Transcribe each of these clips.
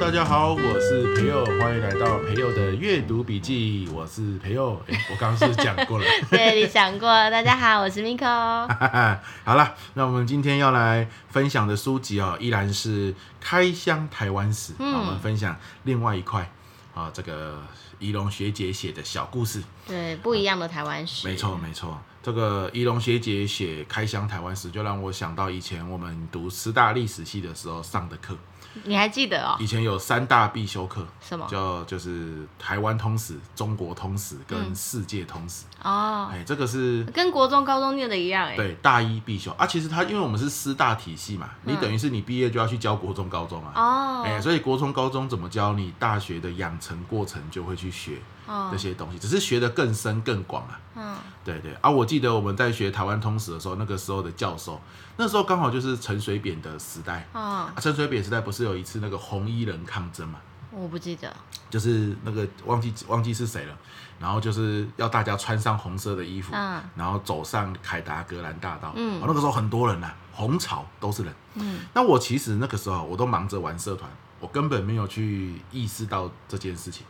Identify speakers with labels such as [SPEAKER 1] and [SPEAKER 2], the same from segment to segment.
[SPEAKER 1] 大家好，我是培佑，欢迎来到培佑的阅读笔记。我是培佑，诶我刚刚是不是讲过了。
[SPEAKER 2] 对，你想过。大家好，我是 Miko。
[SPEAKER 1] 哈哈，好了， 那我们今天要来分享的书籍哦，依然是《开箱台湾史》
[SPEAKER 2] 嗯
[SPEAKER 1] 好我们分享另外一块啊，这个仪龙学姐写的小故事。
[SPEAKER 2] 对，不一样的台湾史。
[SPEAKER 1] 没错，没错。这个仪龙学姐写《开箱台湾史》，就让我想到以前我们读师大历史系的时候上的课。
[SPEAKER 2] 你还记得哦？
[SPEAKER 1] 以前有三大必修课，
[SPEAKER 2] 什么
[SPEAKER 1] 叫就是台湾通史、中国通史跟
[SPEAKER 2] 嗯
[SPEAKER 1] 世界通史。
[SPEAKER 2] 哦，
[SPEAKER 1] 哎、这个是
[SPEAKER 2] 跟国中、高中念的一样哎。
[SPEAKER 1] 对大一必修啊。其实它因为我们是师大体系嘛，你等于是你毕业就要去教国中、高中啊。
[SPEAKER 2] 嗯哦。
[SPEAKER 1] 哎、所以国中、高中怎么教你大学的养成过程就会去学这
[SPEAKER 2] 哦，
[SPEAKER 1] 些东西，只是学的更深更广啊。
[SPEAKER 2] 嗯，
[SPEAKER 1] 对对啊，我记得我们在学台湾通史的时候，那个时候的教授，那时候刚好就是陈水扁的时代。
[SPEAKER 2] 哦
[SPEAKER 1] 啊，，陈水扁时代不是有一次那个红衣人抗争嘛？
[SPEAKER 2] 我不记得。
[SPEAKER 1] 就是那个忘记忘记是谁了，然后就是要大家穿上红色的衣服，
[SPEAKER 2] 嗯
[SPEAKER 1] 然后走上凯达格兰大道。
[SPEAKER 2] 嗯
[SPEAKER 1] 哦那个时候很多人呐、啊，红潮都是人。
[SPEAKER 2] 嗯，
[SPEAKER 1] 那我其实那个时候我都忙着玩社团，我根本没有去意识到这件事情。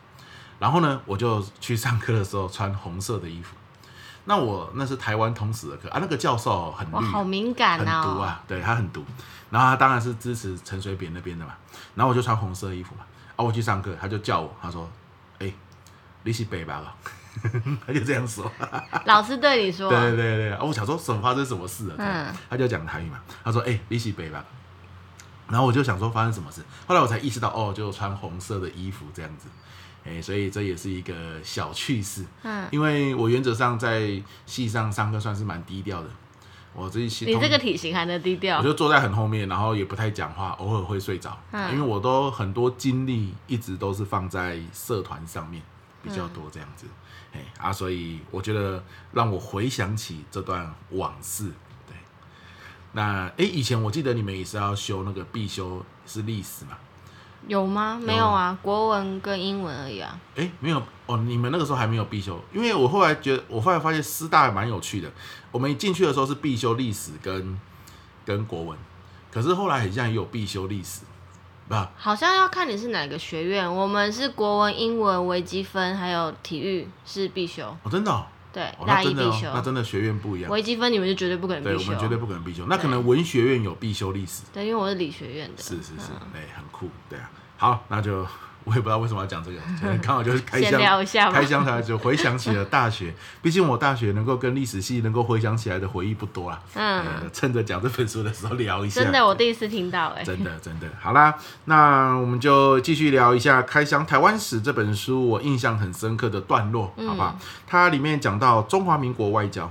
[SPEAKER 1] 然后呢，我就去上课的时候穿红色的衣服。那我那是台湾通史的课啊，那个教授很
[SPEAKER 2] 哇，
[SPEAKER 1] 绿啊，
[SPEAKER 2] 好敏感
[SPEAKER 1] 很毒
[SPEAKER 2] 哦。
[SPEAKER 1] 啊，对他很毒。然后他当然是支持陈水扁那边的嘛。然后我就穿红色衣服嘛，啊，我去上课，他就叫我，他说：“哎、你是北吧 了。”他就这样说，
[SPEAKER 2] 老师对你说
[SPEAKER 1] 对，对对对。啊，我想说什么发生什么事了？
[SPEAKER 2] 嗯
[SPEAKER 1] 他就讲台语嘛，他说：“哎、你是北吧。”然后我就想说发生什么事，后来我才意识到，哦，就穿红色的衣服这样子。哎、所以这也是一个小趣事。
[SPEAKER 2] 嗯，
[SPEAKER 1] 因为我原则上在系上上课算是蛮低调的，我这一系
[SPEAKER 2] 你
[SPEAKER 1] 通
[SPEAKER 2] 这个体型还能低调
[SPEAKER 1] 我。就坐在很后面，然后也不太讲话，偶尔会睡着，
[SPEAKER 2] 嗯
[SPEAKER 1] 因为我都很多精力一直都是放在社团上面比较多这样子，哎、啊，所以我觉得让我回想起这段往事，对，那哎、以前我记得你们也是要修那个必修是历史嘛，
[SPEAKER 2] 有吗？没有啊，国文跟英文而已啊。
[SPEAKER 1] 哎、没有哦，你们那个时候还没有必修，因为我后来觉得，我后来发现师大还蛮有趣的。我们一进去的时候是必修历史跟跟国文，可是后来很像也有必修历史，不，
[SPEAKER 2] 好像要看你是哪个学院。我们是国文、英文、微积分，还有体育是必修。
[SPEAKER 1] 哦，真的哦，
[SPEAKER 2] 对，
[SPEAKER 1] 哦
[SPEAKER 2] 大
[SPEAKER 1] 那
[SPEAKER 2] 一
[SPEAKER 1] 真的、
[SPEAKER 2] 必
[SPEAKER 1] 哦
[SPEAKER 2] 修，。
[SPEAKER 1] 那真的学院不一样。
[SPEAKER 2] 微积分你们就绝对不可能
[SPEAKER 1] 对，
[SPEAKER 2] 必
[SPEAKER 1] 我
[SPEAKER 2] 修，
[SPEAKER 1] 们绝对不可能必修，那可能
[SPEAKER 2] 对
[SPEAKER 1] 文学院有必修历史，
[SPEAKER 2] 对因为我是理学院的，
[SPEAKER 1] 是是是，
[SPEAKER 2] 嗯
[SPEAKER 1] 哎、很酷，对啊。好，那就 我也不知道为什么要讲这个，可能刚好就是开
[SPEAKER 2] 闲
[SPEAKER 1] 箱
[SPEAKER 2] 聊一下吧
[SPEAKER 1] 开箱才就回想起了大学，毕竟我大学能够跟历史系能够回想起来的回忆不多啦。
[SPEAKER 2] 嗯，
[SPEAKER 1] 呃，趁着讲这本书的时候聊一下。
[SPEAKER 2] 真的，我第一次听到、哎，
[SPEAKER 1] 真的真的，好啦，那我们就继续聊一下《开箱台湾史》这本书，我印象很深刻的段落，
[SPEAKER 2] 嗯
[SPEAKER 1] 好不好？它里面讲到中华民国外交，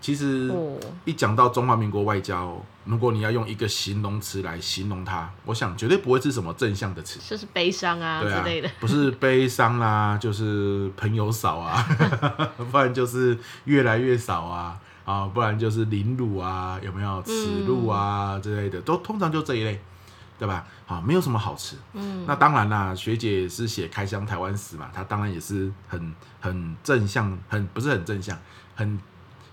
[SPEAKER 1] 其实
[SPEAKER 2] 哦，
[SPEAKER 1] 一讲到中华民国外交，如果你要用一个形容词来形容它，我想绝对不会是什么正向的词。
[SPEAKER 2] 就是悲伤啊
[SPEAKER 1] 对
[SPEAKER 2] 之
[SPEAKER 1] 啊
[SPEAKER 2] 类的，，
[SPEAKER 1] 不是悲伤啦、 就是朋友少啊， 不然就是越来越少啊，啊，不然就是凌辱啊，有没
[SPEAKER 2] 嗯
[SPEAKER 1] 有耻辱啊、之类的，都通常就这一类，对吧？好、没有什么好吃。
[SPEAKER 2] 嗯，
[SPEAKER 1] 那当然啦，学姐是写《开箱台湾史》嘛，她当然也是很很正向，很不是很正向，很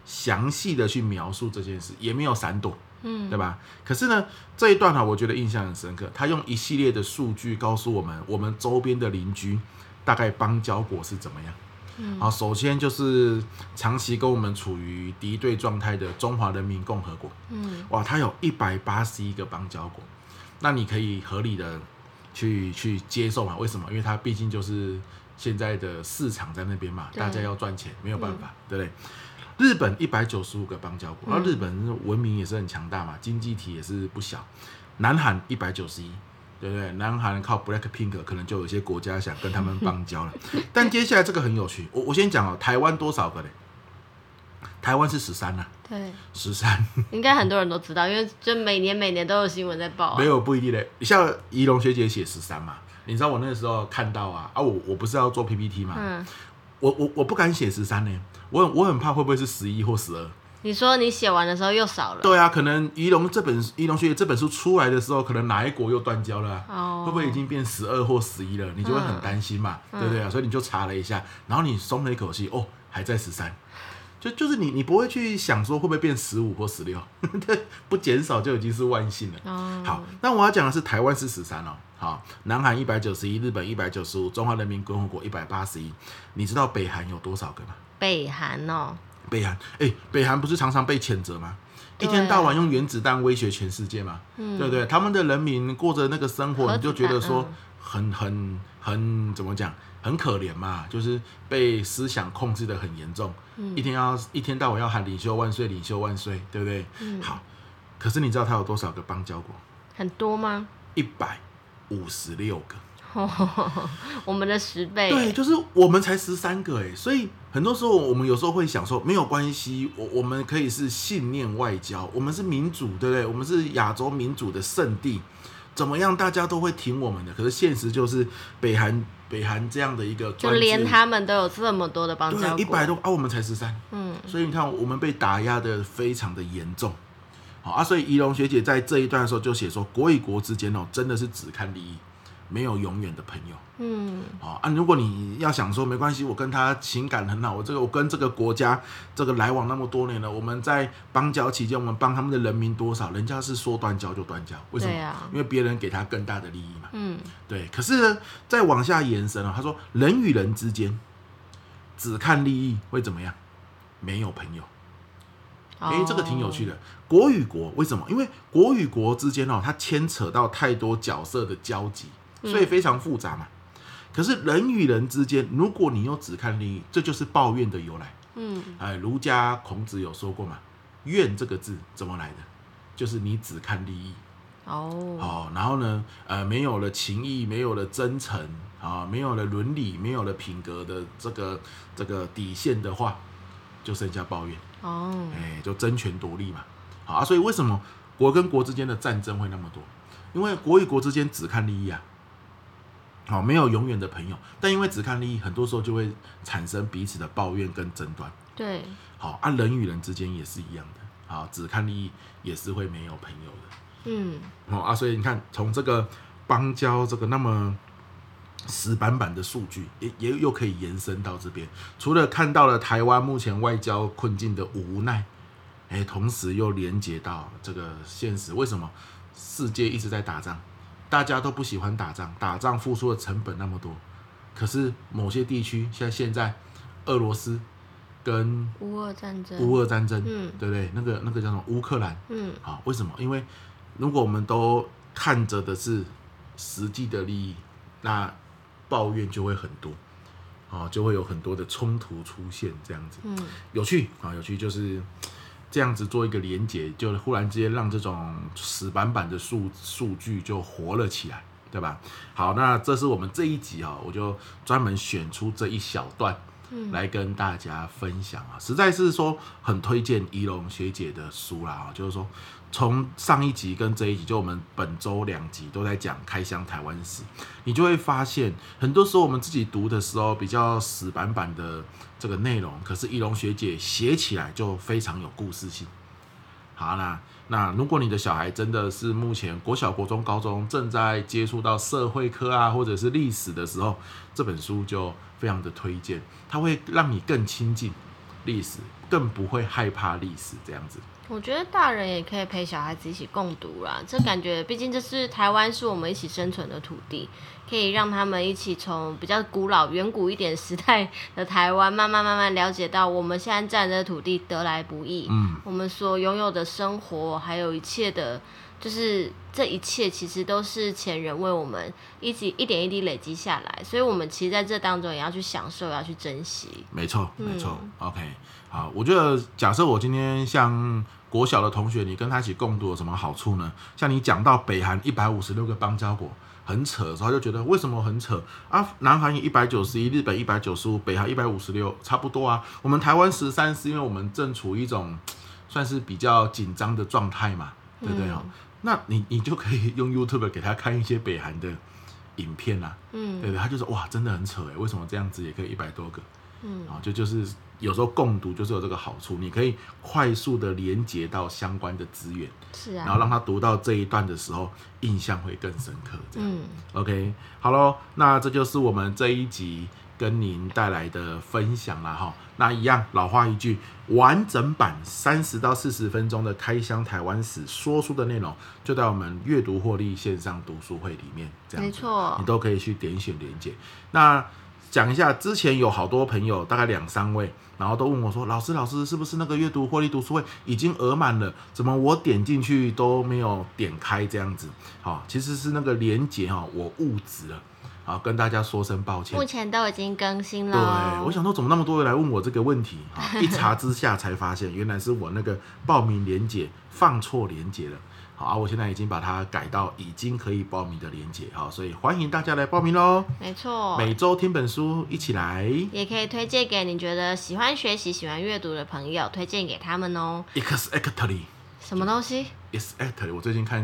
[SPEAKER 1] 详细的去描述这件事，也没有闪躲，
[SPEAKER 2] 嗯
[SPEAKER 1] 对吧？可是呢，这一段哈，我觉得印象很深刻。他用一系列的数据告诉我们，我们周边的邻居大概邦交国是怎么样。
[SPEAKER 2] 嗯
[SPEAKER 1] 好，首先就是长期跟我们处于敌对状态的中华人民共和国，
[SPEAKER 2] 嗯
[SPEAKER 1] 哇，它有一百八十一个邦交国，那你可以合理的去去接受嘛？为什么？因为它毕竟就是现在的市场在那边嘛，
[SPEAKER 2] 对
[SPEAKER 1] 大家要赚钱，没有办法，对不对？日本一百九十五个邦交国，那、
[SPEAKER 2] 嗯
[SPEAKER 1] 日本文明也是很强大嘛，经济体也是不小。南韩一百九十一，对不对？南韩靠 Black Pink 可能就有一些国家想跟他 们邦交了。但接下来这个很有趣，我我先讲哦，台湾多少个嘞？台湾是十三呐，
[SPEAKER 2] 对，
[SPEAKER 1] 十三。
[SPEAKER 2] 应该很多人都知道，因为就每年每年都有新闻在报、啊，
[SPEAKER 1] 没有不一定嘞。像仪龙学姐写十三嘛，你知道我那个时候看到啊啊，我我不是要做 PPT 嘛，
[SPEAKER 2] 嗯，
[SPEAKER 1] 我我我不敢写十三呢，我很我很怕会不会是十一或十二。
[SPEAKER 2] 你说你写完的时候又少了，
[SPEAKER 1] 对啊，可能仪龙这本仪龙学姐这本书出来的时候，可能哪一国又断交了啊、
[SPEAKER 2] 哦，嗯
[SPEAKER 1] 会不会已经变十二或十一了？你就会很担心嘛，对不对啊？所以你就查了一下，然后你松了一口气，哦，还在十三。就就是你你不会去想说会不会变十五或十六， 对，不减少就已经是万幸了。
[SPEAKER 2] 哦，
[SPEAKER 1] 好，那我要讲的是台湾是十三哦，好，南韩一百九十一，日本一百九十五，中华人民共和国一百八十一。你知道北韩有多少个吗？
[SPEAKER 2] 北韩哦，
[SPEAKER 1] 北韩，哎、北韩不是常常被谴责吗？一
[SPEAKER 2] 对啊
[SPEAKER 1] 天到晚用原子弹威胁全世界嘛，
[SPEAKER 2] 嗯
[SPEAKER 1] 对不对？他们的人民过着那个生活，
[SPEAKER 2] 核
[SPEAKER 1] 你就
[SPEAKER 2] 子
[SPEAKER 1] 觉得
[SPEAKER 2] 弹
[SPEAKER 1] 说
[SPEAKER 2] 嗯
[SPEAKER 1] 很很很怎么讲，很可怜嘛，就是被思想控制的很严重，
[SPEAKER 2] 嗯
[SPEAKER 1] 一天要一天到晚要喊领袖万岁，领袖万岁，对不对？
[SPEAKER 2] 嗯
[SPEAKER 1] 好，可是你知道他有多少个邦交国？
[SPEAKER 2] 很多吗？
[SPEAKER 1] 一百五十六个。
[SPEAKER 2] 我们的十倍，
[SPEAKER 1] 对，就是我们才十三个哎，所以很多时候我们有时候会想说，没有关系，我我们可以是信念外交，我们是民主，对不对？我们是亚洲民主的圣地，怎么样大家都会挺我们的。可是现实就是北韩北韩这样的一个
[SPEAKER 2] 就
[SPEAKER 1] 专制，
[SPEAKER 2] 连他们都有这么多的邦交
[SPEAKER 1] 对
[SPEAKER 2] 国，
[SPEAKER 1] 一百多啊，我们才十三，
[SPEAKER 2] 嗯，
[SPEAKER 1] 所以你看我们被打压的非常的严重。好啊，所以仪龙学姐在这一段的时候就写说，国与国之间哦，真的是只看利益，没有永远的朋友。
[SPEAKER 2] 嗯，
[SPEAKER 1] 哦啊，如果你要想说没关系，我跟他情感很好，我这个我跟这个国家这个来往那么多年了，我们在邦交期间，我们帮他们的人民多少，人家是说断交就断交，为什么？
[SPEAKER 2] 对啊
[SPEAKER 1] 因为别人给他更大的利益嘛。
[SPEAKER 2] 嗯，
[SPEAKER 1] 对，可是呢，再往下延伸哦了、他说人与人之间只看利益会怎么样？没有朋友。
[SPEAKER 2] 哦
[SPEAKER 1] 哎诶，这个挺有趣的。国与国为什么？因为国与国之间哦，它牵扯到太多角色的交集，所以非常复杂嘛。可是人与人之间，如果你又只看利益，这就是抱怨的由来。
[SPEAKER 2] 嗯，
[SPEAKER 1] 哎，儒家孔子有说过嘛，“怨”这个字怎么来的？就是你只看利益
[SPEAKER 2] 哦，
[SPEAKER 1] 哦，然后呢，呃，没有了情义，没有了真诚啊、没有了伦理，没有了品格的这个这个底线的话，就剩下抱怨。
[SPEAKER 2] 哦，
[SPEAKER 1] 哎，就争权夺利嘛。好啊，所以为什么国跟国之间的战争会那么多？因为国与国之间只看利益啊，好，没有永远的朋友。但因为只看利益，很多时候就会产生彼此的抱怨跟争端。
[SPEAKER 2] 对，
[SPEAKER 1] 好啊，人与人之间也是一样的，啊，只看利益也是会没有朋友的。
[SPEAKER 2] 嗯，
[SPEAKER 1] 哦啊，所以你看，从这个邦交这个那么死板板的数据，也也又可以延伸到这边。除了看到了台湾目前外交困境的无奈，哎，同时又连接到这个现实，为什么世界一直在打仗？大家都不喜欢打仗，打仗付出的成本那么多，可是某些地区像现在俄罗斯跟
[SPEAKER 2] 乌俄战争，
[SPEAKER 1] 乌俄战争，
[SPEAKER 2] 嗯
[SPEAKER 1] 对不对？那个那个叫什么乌克兰，
[SPEAKER 2] 嗯，
[SPEAKER 1] 啊，为什么？因为如果我们都看着的是实际的利益，那抱怨就会很多，啊，就会有很多的冲突出现，这样子。
[SPEAKER 2] 嗯，
[SPEAKER 1] 有趣啊，有趣就是这样子做一个连结，就忽然之间让这种死板板的数数据就活了起来，对吧？好，那这是我们这一集啊、我就专门选出这一小段。来跟大家分享啊，实在是说很推荐仪龙学姐的书啦啊，就是说从上一集跟这一集，就我们本周两集都在讲开箱台湾史，你就会发现，很多时候我们自己读的时候比较死板板的这个内容，可是易容学姐写起来就非常有故事性。好啦，那如果你的小孩真的是目前国小、国中、高中正在接触到社会科啊，或者是历史的时候，这本书就非常的推荐，它会让你更亲近历史，更不会害怕历史这样子。
[SPEAKER 2] 我觉得大人也可以陪小孩子一起共读啦，这感觉毕竟这是台湾，是我们一起生存的土地，可以让他们一起从比较古老、远古一点时代的台湾，慢慢慢慢了解到我们现在站的土地得来不易，
[SPEAKER 1] 嗯，
[SPEAKER 2] 我们所拥有的生活，还有一切的，就是这一切其实都是前人为我们一起一点一滴累积下来，所以我们其实在这当中也要去享受，也要去珍惜，
[SPEAKER 1] 没错，没错。OK，好，我觉得假设我今天像国小的同学，你跟他一起共读有什么好处呢？像你讲到北韩一百五十六个邦交国。很扯的时候，他就觉得为什么很扯啊？南韩一百九十一，日本一百九十五，北韩一百五十六，差不多啊。我们台湾十三，是因为我们正处于一种算是比较紧张的状态嘛，对不对哦？那你你就可以用 YouTube 给他看一些北韩的影片啊，
[SPEAKER 2] 嗯
[SPEAKER 1] 对对，他就说哇，真的很扯哎，为什么这样子也可以一百多个？
[SPEAKER 2] 嗯
[SPEAKER 1] 啊，就就是有时候共读就是有这个好处，你可以快速的连接到相关的资源，
[SPEAKER 2] 是
[SPEAKER 1] 然后
[SPEAKER 2] 啊，
[SPEAKER 1] 让他读到这一段的时候，印象会更深刻。这样、
[SPEAKER 2] 嗯，
[SPEAKER 1] o k 好喽，那这就是我们这一集跟您带来的分享啦哈。那一样老话一句，完整版三十到四十分钟的开箱台湾史说书的内容，就在我们阅读获利线上读书会里面，这样子
[SPEAKER 2] 没错
[SPEAKER 1] 你都可以去点选连接。那讲一下，之前有好多朋友，大概两三位，然后都问我说：“老师，老师，是不是那个阅读获利读书会已经额满了？怎么我点进去都没有点开这样子？”好、其实是那个连接哈、我误植了，好，跟大家说声抱歉
[SPEAKER 2] 目。前都已经更新
[SPEAKER 1] 对
[SPEAKER 2] 了。，
[SPEAKER 1] 我想说怎么那么多人来问我这个问题 哈，一查之下才发现，原来是我那个报名连接放错连接了。好啊，我现在已经把它改到已经可以报名的连接哈，所以欢迎大家来报名喽。
[SPEAKER 2] 没错，
[SPEAKER 1] 每周听本书，一起来
[SPEAKER 2] 也可以推荐给你觉得喜欢学习、喜欢阅读的朋友，推荐给他们哦。
[SPEAKER 1] exactly
[SPEAKER 2] 什么东西？
[SPEAKER 1] exactly。我最近看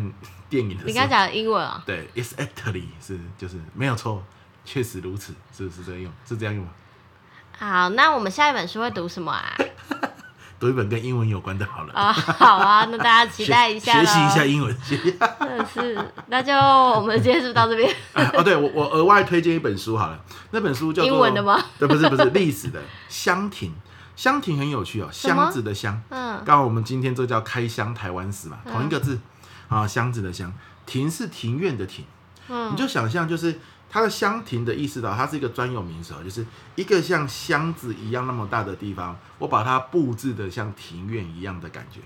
[SPEAKER 1] 电影的时候，
[SPEAKER 2] 你刚才讲的英文啊、
[SPEAKER 1] 对 exactly 是就是没有错，确实如此，是是这样用，是这样用吗？
[SPEAKER 2] 好，那我们下一本书会读什么啊？
[SPEAKER 1] 读一本跟英文有关的好了，
[SPEAKER 2] 啊，好啊，那大家期
[SPEAKER 1] 学
[SPEAKER 2] 待一下
[SPEAKER 1] 学习一
[SPEAKER 2] 咯
[SPEAKER 1] 下英文。学习
[SPEAKER 2] 真的是，那就我们今天是不是到这边？
[SPEAKER 1] 啊 哦，对我我额外推荐一本书好了，那本书叫做
[SPEAKER 2] 英文的吗？
[SPEAKER 1] 对，不是不是历史的《香亭》，香亭很有趣哦，
[SPEAKER 2] 么
[SPEAKER 1] 箱子的箱，
[SPEAKER 2] 嗯，
[SPEAKER 1] 刚好我们今天这叫开箱台湾史嘛，同一个字啊，箱子的箱，亭是庭院的亭，
[SPEAKER 2] 嗯
[SPEAKER 1] 你就想象就是它的香亭的意思到，它是一个专有名词哦，就是一个像箱子一样那么大的地方，我把它布置的像庭院一样的感觉。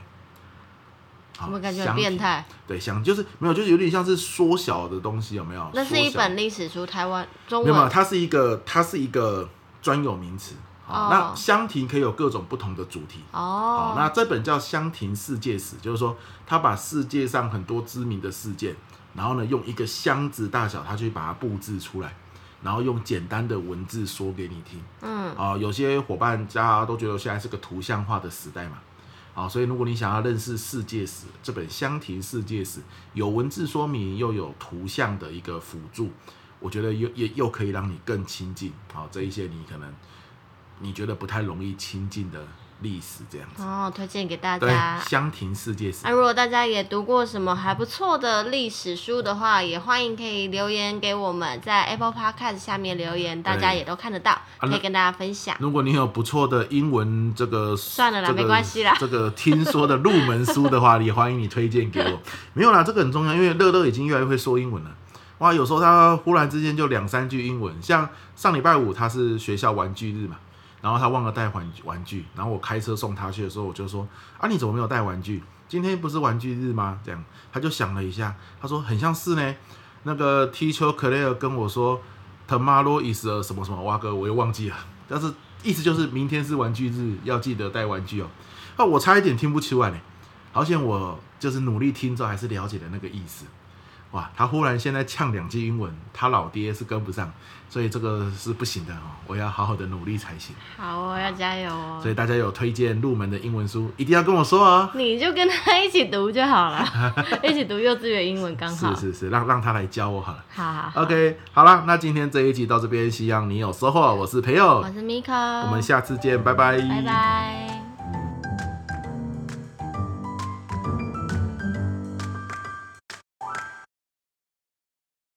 [SPEAKER 1] 好
[SPEAKER 2] 我们感觉
[SPEAKER 1] 香
[SPEAKER 2] 很变
[SPEAKER 1] 亭
[SPEAKER 2] 态。
[SPEAKER 1] 对，想就是没有，就是有点像是缩小的东西，有没有？
[SPEAKER 2] 那是一
[SPEAKER 1] 缩小
[SPEAKER 2] 本历史书，台湾中
[SPEAKER 1] 没有没有，
[SPEAKER 2] 文。
[SPEAKER 1] 它是一个它是一个专有名词。好，
[SPEAKER 2] 哦
[SPEAKER 1] 那香亭可以有各种不同的主题。好，
[SPEAKER 2] 哦，
[SPEAKER 1] 那这本叫《香亭世界史》，就是说他把世界上很多知名的事件，然后呢用一个箱子大小，他去把它布置出来，然后用简单的文字说给你听。
[SPEAKER 2] 嗯，
[SPEAKER 1] 啊、有些伙伴大家都觉得现在是个图像化的时代嘛，啊、所以如果你想要认识世界史，这本《香亭世界史》有文字说明，又有图像的一个辅助，我觉得又也又可以让你更亲近，啊、这一些你可能你觉得不太容易亲近的历史这样子。
[SPEAKER 2] 哦，推荐给大
[SPEAKER 1] 对，
[SPEAKER 2] 家
[SPEAKER 1] 《。香亭世界史
[SPEAKER 2] 啊那、》如果大家也读过什么还不错的历史书的话，也欢迎可以留言给我们，在 Apple Podcast 下面留言，大家也都看得到，可
[SPEAKER 1] 那
[SPEAKER 2] 以跟大家分享。
[SPEAKER 1] 如果你有不错的英文这个，
[SPEAKER 2] 算了啦
[SPEAKER 1] 这个
[SPEAKER 2] 没关系啦
[SPEAKER 1] 这个听说的入门书的话，也欢迎你推荐给 我。没有啦，这个很重要，因为乐乐已经越来越会说英文了。哇，有时候他忽然之间就两三句英文，像上礼拜五他是学校玩具日嘛，然后他忘了带玩玩具，然后我开车送他去的时候，我就说啊，你怎么没有带玩具？今天不是玩具日吗？这样，他就想了一下，他说很像是呢。那个 teacher Claire 跟我说，tomorrow is a 什么什么，哇哥，我又忘记了，但是意思就是明天是玩具日，要记得带玩具哦。啊，我差一点听不出来呢，好险我就是努力听之后还是了解了那个意思。哇，他忽然现在呛两句英文，他老爹是跟不上，所以这个是不行的哦，我要好好的努力才行。
[SPEAKER 2] 好哦，要加油哦
[SPEAKER 1] 所！以大家有推荐入门的英文书，一定要跟我说哦。
[SPEAKER 2] 你就跟他一起读就好 了，一起读幼稚园英文刚好。
[SPEAKER 1] 是是哦是，让让他来教我好了。
[SPEAKER 2] 好好好
[SPEAKER 1] OK，好了，那今天这一集到这边，希望你有收获。我是培
[SPEAKER 2] 我
[SPEAKER 1] 佑，
[SPEAKER 2] 是 Miko，
[SPEAKER 1] 我们下次见，拜拜，
[SPEAKER 2] 拜拜。